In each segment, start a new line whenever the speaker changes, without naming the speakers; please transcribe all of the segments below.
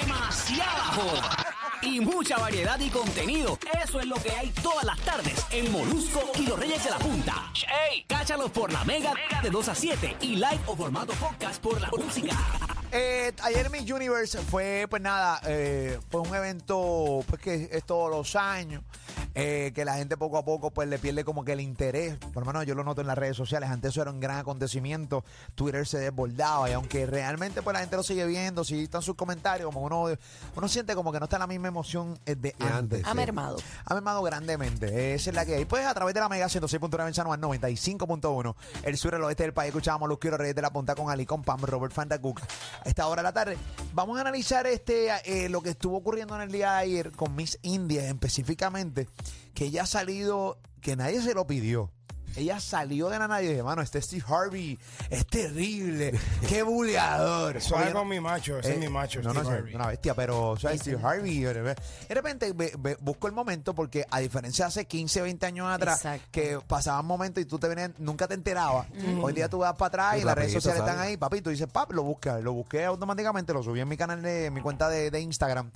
Demasiada joda. Y mucha variedad y contenido. Eso es lo que hay todas las tardes en Molusco y los Reyes de la Punta. ¡Ey! Cáchalos por la mega de 2 a 7 y live o formato podcast por la música.
Eh, ayer Miss Universe fue, pues nada, eh, fue un evento pues, que es todos los años, eh, que la gente poco a poco pues le pierde como que el interés. Por lo menos yo lo noto en las redes sociales, antes eso era un gran acontecimiento, Twitter se desbordaba y aunque realmente pues la gente lo sigue viendo, si están sus comentarios, como uno, uno siente como que no está la misma emoción eh, de antes.
Ha mermado.
Ha mermado grandemente. Esa es la que hay. Pues a través de la Mega 106.9 en San Juan, 95.1. El sur y el oeste del país. Escuchábamos los quiero reyes de la punta con Ali, con Pam, Robert Fantacook. A esta hora de la tarde. Vamos a analizar este eh, lo que estuvo ocurriendo en el día de ayer con Miss India específicamente. Que ya ha salido, que nadie se lo pidió. Ella salió de la nadie y dije, mano, este Steve Harvey es terrible, qué buleador.
Suave
Oye,
con mi macho, ese
eh,
es mi macho.
No, no,
Steve
es
Harvey.
una bestia, pero o sea, Steve Harvey. De repente, de repente ve- ve- busco el momento porque, a diferencia de hace 15, 20 años atrás,
Exacto.
que pasaban momentos y tú te venías, nunca te enterabas. Hoy día tú vas para atrás y,
Y
las redes
rapidito
sociales
sale.
están ahí, papito. Dices, pap, lo busca, lo busqué automáticamente, lo subí en mi canal de en mi cuenta de, de Instagram.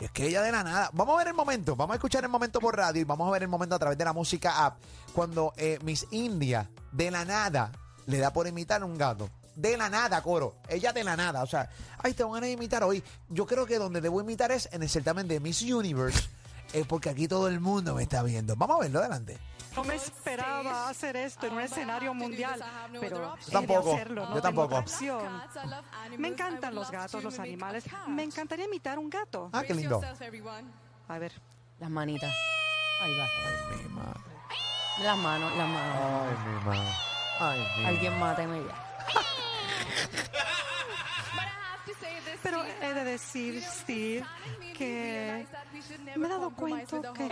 Y es que ella de la nada. Vamos a ver el momento, vamos a escuchar el momento por radio y vamos a ver el momento a través de la música app. Cuando eh, Miss India, de la nada, le da por imitar a un gato. De la nada, coro. Ella de la nada. O sea, ay, te van a imitar hoy. Yo creo que donde debo imitar es en el certamen de Miss Universe. Es porque aquí todo el mundo me está viendo. Vamos a verlo adelante.
No me esperaba hacer esto en un escenario mundial, pero he de
tampoco,
hacerlo,
yo
no tengo
tampoco.
otra opción. Me encantan los gatos, los animales. Me encantaría imitar un gato.
Ah, qué lindo.
A ver,
Las manitas. Ahí va. Las manos, las manos.
Ay, mi madre. Ay, mi
Alguien máteme ya.
pero he de decir, Steve, que me he dado cuenta que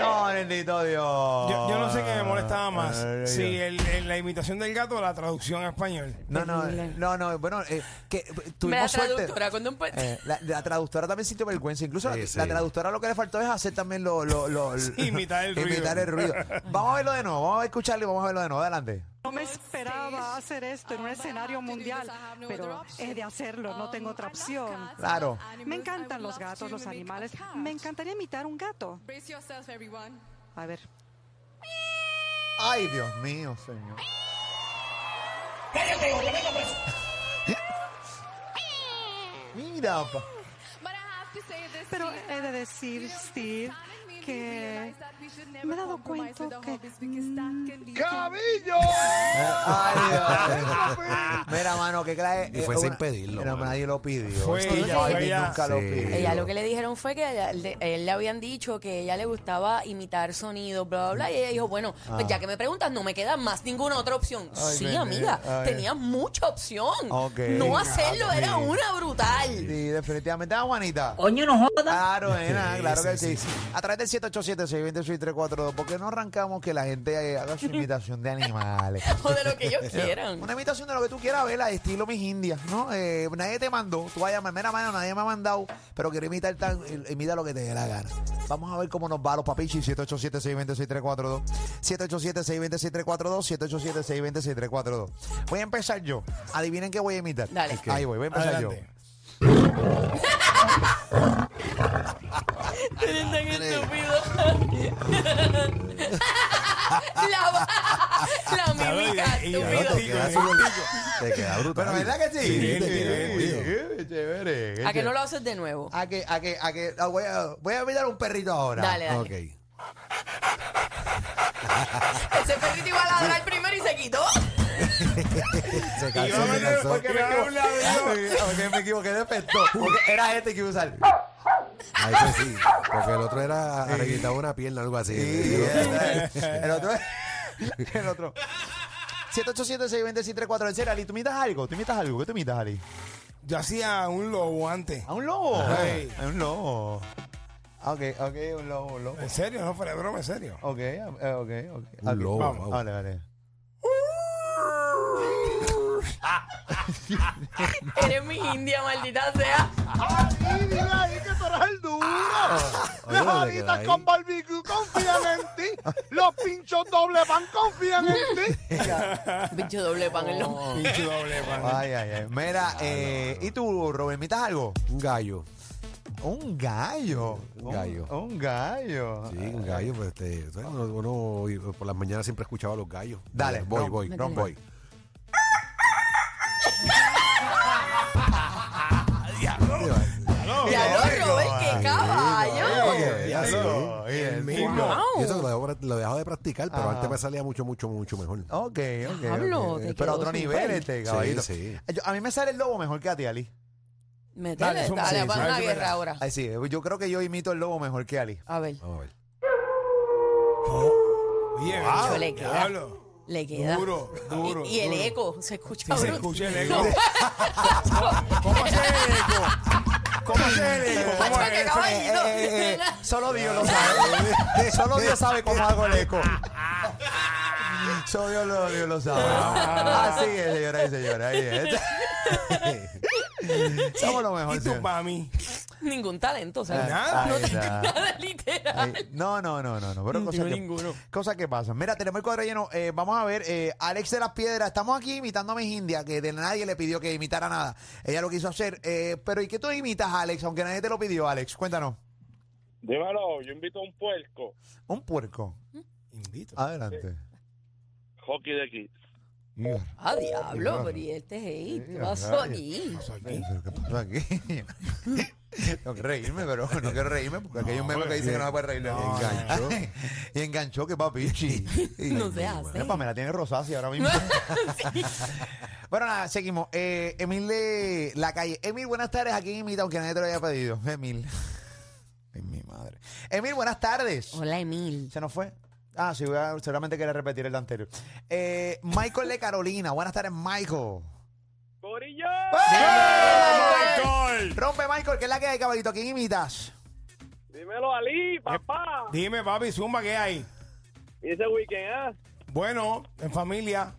No, bendito Dios.
Yo, yo no sé qué me
Eh,
molestaba más.
Ay, Dios.
Si el- el- la imitación del gato o la traducción a español. Pues,
No, no,
Terrible.
no, no, bueno, eh, que eh,
Me
tuvimos
da
suerte.
traductora cuando un pe-
Eh, la, la traductora también sintió vergüenza. Incluso la,
Sí, sí.
la traductora lo que le faltó es hacer también lo. lo- lo- lo-
imitar el ruido.
imitar el ruido. Vamos a verlo de nuevo, vamos a escucharlo y vamos a verlo de nuevo. Adelante.
no me esperaba hacer esto en un escenario mundial, pero he de hacerlo, no tengo otra opción.
Claro.
Me encantan los gatos, los animales. Me encantaría imitar un gato. A ver,
Ay, Dios mío, señor. Mira, pa.
pero he de decir, Steve, que me he dado cuenta que
mm,
Ay, Dios. Mira, mano, que clase.
Y fue
eh,
sin
una-
pedirlo,
Pero
mano.
nadie lo pidió.
Fue
Steve
ella,
Harvey
fue ella.
nunca lo
Sí.
pidió.
Ella lo que le dijeron fue que a él, a él le habían dicho que a ella le gustaba imitar sonidos, bla, bla, bla. Y ella dijo, bueno, pues ya que me preguntas, no me queda más ninguna otra opción.
Ah. Ay,
sí,
bendito.
amiga,
Ay.
tenía mucha opción.
Ok.
No hacerlo era una brutal.
Sí, definitivamente. Ah, Juanita.
Coño, no jodas.
Claro, nena,
Sí,
claro que sí,
sí,
A través del 787-620-6342, ¿por qué no arrancamos que la gente eh, haga su imitación de animales?
O de lo que ellos quieran.
Una imitación de lo que tú quieras, vela, estilo mis indias, ¿no? Eh, nadie te mandó, tú vas a llamar, mira, mano, nadie me ha mandado, pero quiero imitar tan, imita lo que te dé la gana. Vamos a ver cómo nos va a los papichis, 787-620-6342, 787-620-6342, 787-620-6342. Voy a empezar yo, adivinen qué voy a imitar.
Dale.
Ok. Ahí voy, voy a empezar yo.
Adelante.
Eres tan estúpido. la, la mímica,
y- y-
estúpido.
y-
Queda su gordito. Te queda brutal.
Pero ¿verdad que sí?
Sí, te
sí,
queda
sí.
bien,
Qué
¿A
chévere, qué
que no
chévere.
lo haces de nuevo?
A que, a que, a que, ah, voy a, voy a invitar a un perrito ahora.
Dale,
tío.
dale.
Ok.
Ah.
Ese perrito iba a ladrar primero y se quitó.
Se
Y
calzó,
vamos
se
a ver-
calzó.
porque me quedo a un lado y yo-
Porque Eh, me equivoqué de efecto. Porque era este que iba a usar.
Ahí que pues sí. Porque el otro era arreglitaba una pierna, algo así.
Sí,
El otro-
era- el otro. El otro. 787-620-634. En serio, Ali, ¿tú imitas algo? ¿Tú imitas algo? ¿Qué tú imitas, Ali?
Yo hacía un lobo antes.
¿A un lobo?
Ajá.
A un lobo. Ah, Ok, ok, un lobo, un lobo.
En serio, no fuera de broma, en serio.
Ok, eh, ok, ok.
Un
Ok,
lobo,
vamos.
wow.
Vale, vale.
Eres mi india, maldita sea.
¡Ay, dile ahí que tú eres el duro!
Ah, oye,
Las
lo que
alitas
hay.
con barbecue confían en ti. Los pinchos doble pan confían en ti.
Bicho doble pan en los.
Pinche doble,
Ah,
pan.
Ay, ay, ay. Mira, eh, ¿y tú, Robert, mitas algo?
Un gallo.
Un gallo.
Un gallo.
Un, un gallo.
Sí, un gallo, pues este, tú sabes, uno, uno por las mañanas siempre escuchaba a los gallos.
Dale,
voy,
Ron,
voy,
métele.
voy.
Ya lo Robert, qué caballo.
Para que veas, sí.
El
mismo.
Y eso lo dejo, pra- lo dejo de practicar, pero antes me salía mucho, mucho, mucho mejor.
Ok, ok.
Diablo,
ok.
te
Pero a
quedó
otro
súper.
nivel este, caballito.
sí.
Yo- a mí me sale el lobo mejor que a ti, Ali.
Dale,
Métele,
zumba,
dale,
sí,
para
sí,
una
sí,
guerra
verdad.
ahora.
Ay, sí, yo creo que yo imito el lobo mejor que Ali.
A ver,
Vamos a ver.
Oye,
Ah,
Yo le queda.
diablo.
le queda.
Duro, duro.
y, y el
duro.
eco, se escucha.
Sí, se
brutal.
escucha el eco. ¿Cómo hace el eco? ¿Cómo hace el eco? ¿Cómo
Macho, que
es?
caballito.
eh,
solo Dios lo sabe. solo Dios sabe cómo hago el eco. Solo Dios lo, Dios lo sabe. Así es, señoras y señores. Ahí es. Somos lo mejor.
¿Y tu
señor.
mami?
Ningún talento, o sea.
Ah,
Ahí
No tengo
está.
nada literal.
Ay, No, no, no, no, no. Pero
No
cosas
tengo
que,
ninguno.
cosas que pasan. Mira, tenemos el cuadro lleno. Eh, vamos a ver, eh, Alex de las Piedras. Estamos aquí imitando a Miss India, que de nadie le pidió que imitara nada. Ella lo quiso hacer. Eh, pero ¿y qué tú imitas, Alex? Aunque nadie te lo pidió, Alex. Cuéntanos.
Dímelo, yo invito a un puerco.
Un puerco.
Invito.
Adelante.
Hockey de aquí.
Ah, diablo, pero y este hey, ¿qué pasó aquí?
Ay, pero ¿qué pasó aquí? Tengo que reírme, pero no quiero reírme porque aquí hay un meme que dice que no me puede reír. enganchó. y enganchó que papi.
No se hace.
me la tiene rosácea ahora mismo. bueno, nada, seguimos. Eh, Emil de la calle. Emil, buenas tardes. Aquí imita, aunque nadie te lo haya pedido. Emil. Ay, mi madre. Emil, buenas tardes.
Hola, Emil.
¿Se nos fue? Ah, sí, voy a- seguramente quería repetir el anterior. Eh, Michael de Carolina. Buenas tardes, Michael.
¡Corillo!
Rompe, Michael, que es la que hay, caballito. ¿A quién imitas?
Dímelo, Ali, papá.
Dime, papi, zumba, ¿qué hay?
¿Y ese weekend,
¿Eh?
ah?
Bueno, en familia.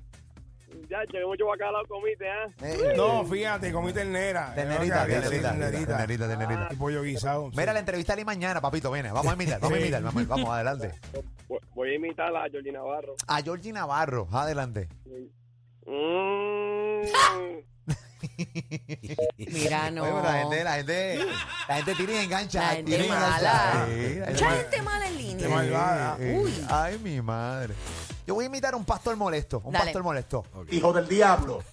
Ya, que mucho bacalao comiste, ah.
No, fíjate, comí ternera.
Eh,
Yo creo
Tenerita,
que había
tenerita,
ternerita.
tenerita, tenerita.
Y pollo guisado.
Mira, la entrevista de mañana, papito. Viene, vamos a imitar, vamos a
Sí.
imitar, vamos, vamos, adelante.
Voy- Voy a imitar a Jordi Navarro.
A Georgie Navarro, adelante.
Mm.
Mira, Ah, no.
Oye, pero la gente, la gente, la gente tira y engancha.
La gente
tira y engancha.
mala.
Sí, la gente
Mucha
mala.
gente mala en línea.
Qué malvada.
Eh, eh, Ay, mi madre. Yo voy a imitar a un pastor molesto, un
Dale.
pastor molesto.
Hijo del diablo.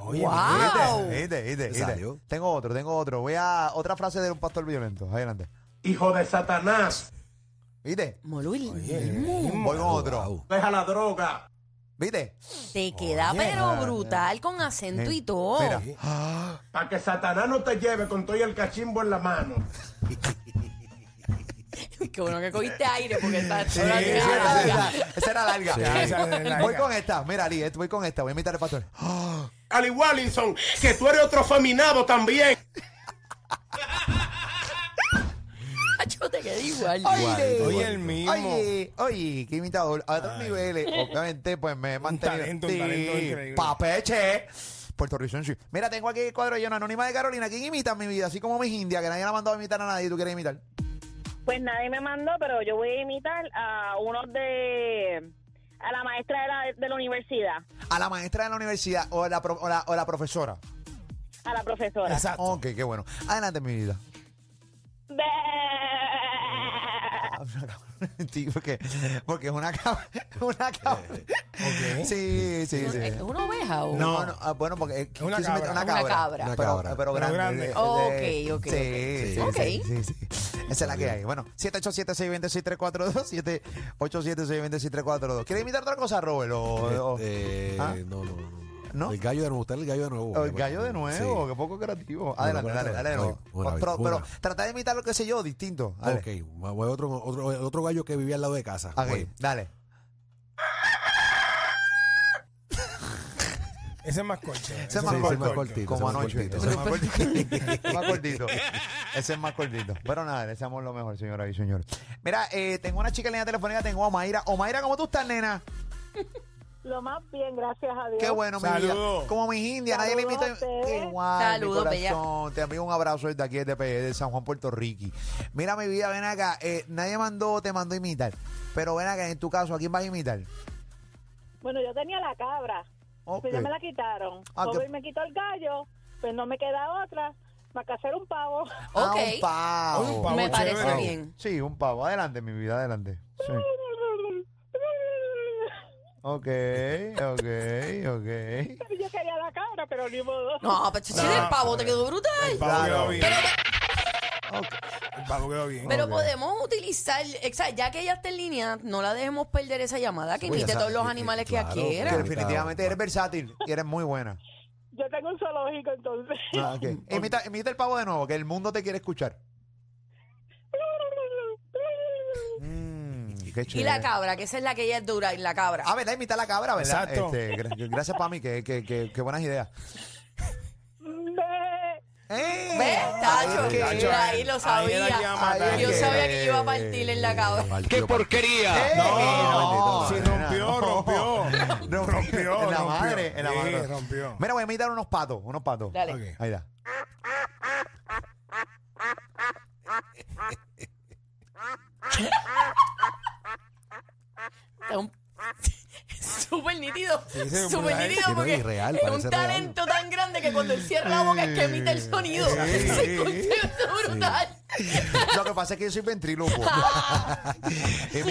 Oye,
Wow.
Viste, viste,
Te
viste.
salió.
Tengo otro, tengo otro. Voy a otra frase de un pastor violento. Adelante.
Hijo de Satanás.
¿Viste?
Molo, el
Voy con otro.
Deja la droga.
¿Viste?
Te queda pero brutal con acento y todo.
Mira.
Para que Satanás no te lleve con todo y el cachimbo en la mano.
Qué bueno que cogiste aire porque está
Esa
Ahora,
era
ahora,
larga. Esa era larga.
esa era larga.
Voy con esta. Mira, Ali, eh, voy con esta. Voy a imitar al pastor.
Ali Wallinson, que tú eres otro feminado también.
Yo te quedé igual.
Oye,
Oye, el mismo.
Oye, oye, qué imitador. A otros niveles, obviamente, pues me he mantenido.
talento, un talento increíble.
Papeche. Puertorricense. Mira, tengo aquí el cuadro lleno anónima de Carolina. ¿Quién imita en mi vida? Así como mis indias, que nadie la ha mandado a imitar a nadie y tú quieres imitar.
Pues nadie me mandó, pero yo voy a imitar a uno de a la maestra de la, de la universidad,
A la maestra de la universidad o la, pro- o la, o la profesora.
a la profesora.
Exacto.
Ok, qué bueno. Adelante, mi vida.
Be-
Ah, una cabra. Sí, porque, porque es una cabra.
Eh,
Una cabra. Sí, sí, sí.
¿Es una oveja o
No, no, ah, bueno, porque eh,
Es una
quise meter
cabra.
una
Una
cabra.
cabra.
Una
pero,
cabra.
Pero
pero grande.
grande.
de-
Ok, ok,
Sí, sí,
ok.
sí, sí, sí. Esa es la que hay. Bueno, 787-626-342, 787-626-342. ¿Quieres imitar otra cosa, Robert? O, o-
Este,
ah.
no, no, no.
¿No?
El gallo de nuevo, usted el gallo de nuevo.
o el gallo de nuevo, qué poco creativo. Adelante,
bueno,
dale, dale de
bueno,
nuevo.
bueno,
pero,
bueno.
pero trata de imitar lo que sé yo, distinto. Dale,
Sí. Ok, voy a otro, otro, otro gallo que vivía al lado de casa.
Ok,
Voy.
dale.
Ese es más corto.
Ese es
Sí,
más
ese
corto.
es más cortito, ese
Como
es más
anoche.
cortito.
Ese es más cortito. Ese es más cortito. Ese es más cortito. Pero nada, le deseamos lo mejor, señoras y señores. Mira, eh, tengo una chica en línea telefónica, tengo a Mayra. O Mayra, ¿cómo tú estás, nena?
Lo más bien, gracias a Dios.
Qué bueno, mi vida.
Oh, Saludos.
Como mis indias, nadie le
Saludos
invita.
a ustedes.
Qué guay, mi
Saludos, bella.
corazón. Te envío un abrazo desde aquí, desde P- de San Juan, Puerto Rico. Mira, mi vida, ven acá. Eh, nadie mandó, te mandó a imitar. Pero ven acá, en tu caso, ¿a quién vas a imitar?
Bueno, yo tenía la cabra,
Ok.
pero ya Pues me la quitaron.
Ah,
Como
qué-
y me quitó el gallo, pues no me queda otra más que hacer un pavo.
Ah,
Ok.
un pavo.
Un pavo
Me parece
chévere.
bien.
Sí, un pavo. Adelante, mi vida, adelante. Sí. Ok, ok, ok.
yo quería la cabra, pero ni modo.
No, pero si el pavo te quedó brutal.
El pavo quedó bien.
Ok.
El pavo quedó bien.
Pero
Ok.
podemos utilizar, o sea, ya que ella está en línea, no la dejemos perder esa llamada, que
Oye,
imite
esa-
todos los
y- y-
animales que
claro,
ella quiera.
Que
claro.
definitivamente eres versátil y eres muy buena.
Yo tengo un zoológico, entonces.
Ah, ok. imita, imita el pavo de nuevo, que el mundo te quiere escuchar. Mm, qué
Y
chévere.
la cabra, que esa es la que ella es dura, y la cabra.
Ah, ¿verdad? Imita la cabra, ¿verdad?
Exacto.
Este, gra- gracias, Pami, que, que, que, que buenas ideas.
Me-
¡Eh!
¿Ves, Tacho?
Ay,
Tacho,
que-
Yo ahí lo
ahí
sabía.
era que iba a
matar.
Ay, yo
Ay,
sabía
que-
que iba a partir en la cabra.
¡Qué
¡Eh!
No,
No,
si
nena,
rompió,
no.
rompió.
No,
Rompió,
en la
rompió.
madre, en la
Sí,
madre.
rompió.
Mira, voy a imitar unos patos, unos patos.
Dale.
Ok.
Ahí está.
Es un- Súper nítido.
sí,
Súper
popular.
Sí,
nítido
no,
porque
y real,
es un
parece real.
talento tan grande que cuando él cierra la boca es que emite el sonido.
Sí.
Se escucha brutal.
Lo que pasa es que yo soy ventríloco. y mi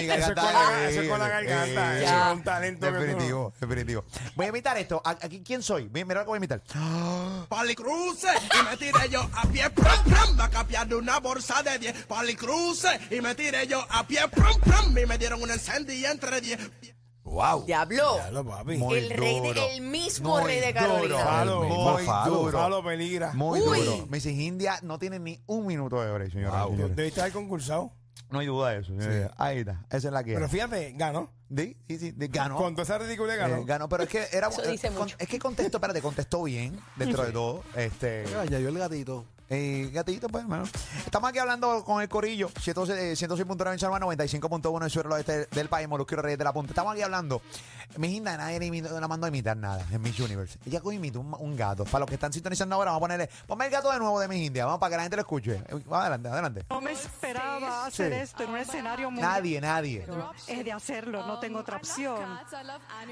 Eso es
garganta-
con la, eso es
eh,
con la garganta.
eh,
eso
ya.
es un talento que tú no-
Definitivo, definitivo. Voy a imitar esto. ¿A- Aquí, ¿quién soy? Mira, mira lo que voy a imitar.
Palicruce y me tiré yo a pie, pram, pram, me capiar de una bolsa de 10. Palicruce y me tiré yo a pie, pram, pram, y me dieron un incendio entre 10.
¡Wow!
Diablo.
Diablo, papi.
Muy
El rey de-
duro.
el mismo rey de
duro.
Carolina.
Falo,
El
muy
mismo falo.
duro. Falo peligra.
Muy
Uy.
duro. Me dice, India no tiene ni un minuto de break, señoras y
Wow.
señores.
Debiste haber concursado.
No hay duda de eso. señores. Ahí está. Esa es la que
Pero
era.
fíjate, ganó.
Di- di- di- di- ganó.
Con toda esa ridícula
Eh,
ganó.
ganó, pero es que era
Eso dice
eh, con-
mucho.
es que contestó, espérate, contestó bien dentro de todo. Este
Ya yo el gatito.
eh, gatito, pues, hermano. Estamos aquí hablando con el Corillo, 106.9 eh, 106.9 en San Juan, 95.1 en el suelo este del país, Molusquero Reyes de la Punta. Estamos aquí hablando. Mi Inda, nadie le imita- no la mandó a imitar nada en Miss Universe. Ella cogió y imitó un, un gato. Para los que están sintonizando ahora, vamos a ponerle. Ponme el gato de nuevo de Miss India, vamos para que la gente lo escuche. Eh, Adelante, adelante.
No me esperaba hacer esto en un escenario muy
Nadie, nadie.
He de hacerlo, no tengo otra opción.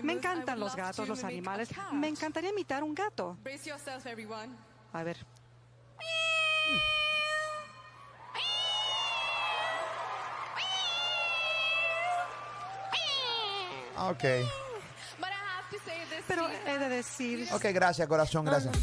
Me encantan los gatos, los animales. Me encantaría imitar un gato. A ver.
Ah, Ok.
Pero eh, he de decir,
Ok, gracias, corazón, gracias. Eh,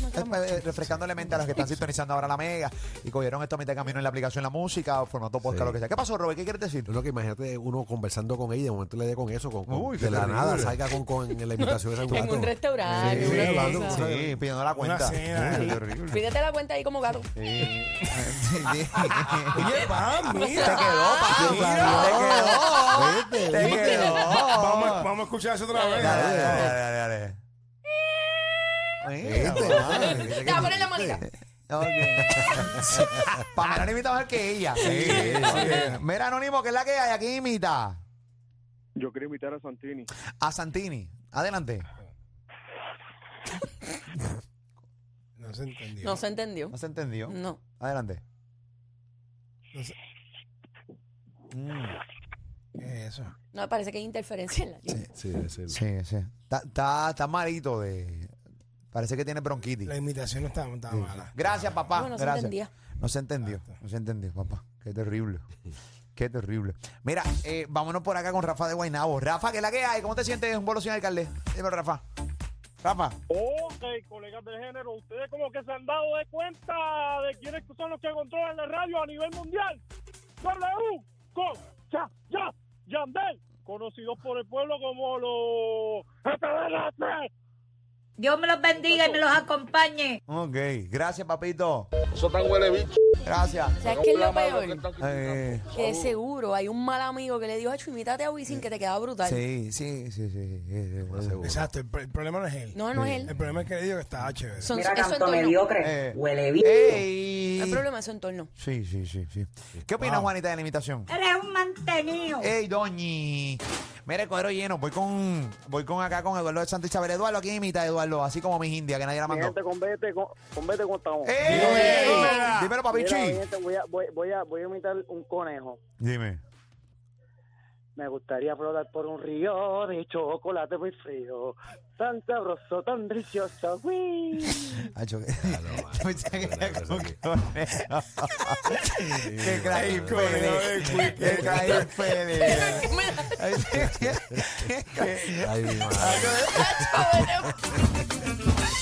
eh, refrescando la mente a los que están sintonizando ahora la mega y cogieron esto a mitad de camino en la aplicación, la música, formato podcast,
Sí.
lo que sea. ¿Qué pasó, Robert? ¿Qué quieres decir?
Lo que imagínate uno conversando con ella y de momento le dé con eso, con, con-
Uy, qué
de la
terrible.
nada salga con, con la invitación de San
En un restaurante.
pues,
Eh,
Sí,
una
sí,
cosa.
sí.
Sí, pidiendo la cuenta.
cena,
Uy,
eh.
qué horrible.
Pídete la cuenta ahí como gato.
Sí.
Oye, Pam, mira.
Te quedó, pa. Mira, Te quedó. Te quedó.
Vamos, a- vamos a escuchar eso otra vez.
Dale, dale, dale, dale, dale. Mira,
Este,
pa.
madre, mira
Te
que-
voy a poner la manita.
Ok. Para no le imitamos que ella. Ok.
Eh,
Mira, Anónimo, que es la que hay? aquí imita?
Yo quería invitar a Santini.
A Santini. Adelante.
No se entendió.
No se entendió.
¿No se entendió?
No.
Adelante.
No sé. ¿Qué es eso?
No, me parece que hay interferencia en la línea.
Sí, debe ser.
Sí, sí. Está, está, está malito de... Parece que tiene bronquitis.
La imitación no estaba, estaba mala.
Gracias, papá.
No, no se
Gracias.
entendía.
No se entendió.
Ah,
No se entendió, papá. Qué terrible. Qué terrible. Mira, eh, vámonos por acá con Rafa de Guaynabo. Rafa, ¿qué es la que hay? ¿Cómo te sientes un bolo sin alcalde? Dímelo, Rafa. Rafa.
Ok, colegas de género, ustedes como que se han dado de cuenta de quiénes son los que controlan la radio a nivel mundial. W, con, ya, ya, Yandel, conocidos por el pueblo como los...
Dios me los bendiga y me los acompañe.
Ok. Gracias, papito.
Eso tan huele bicho.
Gracias.
¿Sabes qué es lo peor?
Eh,
Que de seguro hay un mal amigo que le dijo, Acho, imítate a Wisin que te queda brutal.
sí, sí, sí, sí. sí, sí, sí, seguro.
Exacto, el, pro- el problema no es él.
No, no es
El
él.
problema es que le digo que estaba chévere.
Son,
Mira,
es su
canto
entorno.
mediocre.
Eh,
Huele bien.
¡Ey!
El problema es su entorno.
Sí, sí, sí, sí. ¿Qué opinas,
Wow.
Juanita, de la imitación?
Eres un mantenido.
¡Ey, Doñi! Mire, cuadro lleno. Voy con, voy con acá con Eduardo de Santa Isabel. Eduardo, ¿quién imita a Eduardo? Así como mis indias, que nadie la
Mi
mandó.
gente, con vete, con, con vete con estamos.
¡Ey!
Mira,
Dímelo, papichi.
mira, mi gente, voy, a, voy, voy a, voy a imitar un conejo.
Dime.
Me gustaría flotar por un río de chocolate muy frío. Tan sabroso, tan delicioso. uy.
Hacho, que- Pensé que era con conejo. Qué
El
crack
conejo de
Fede. Qué
Quique.
crack Fede. Ay, qué- qué crack.
Ay, mi madre.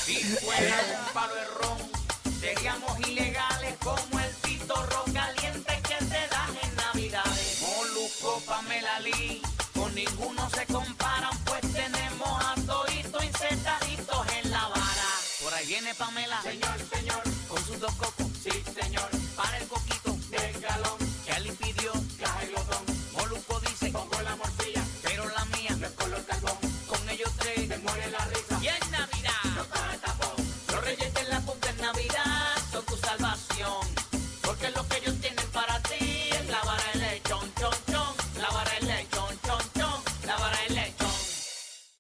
Si fuera un palo de ron, seríamos ilegales como el pitorro caliente que se da en Navidades. Molusco, Pamela Lee, con ninguno se comparan, pues tenemos a Torito y sentaditos en la vara. Por ahí viene Pamela, señor, señor, con sus dos cocos, sí, señor.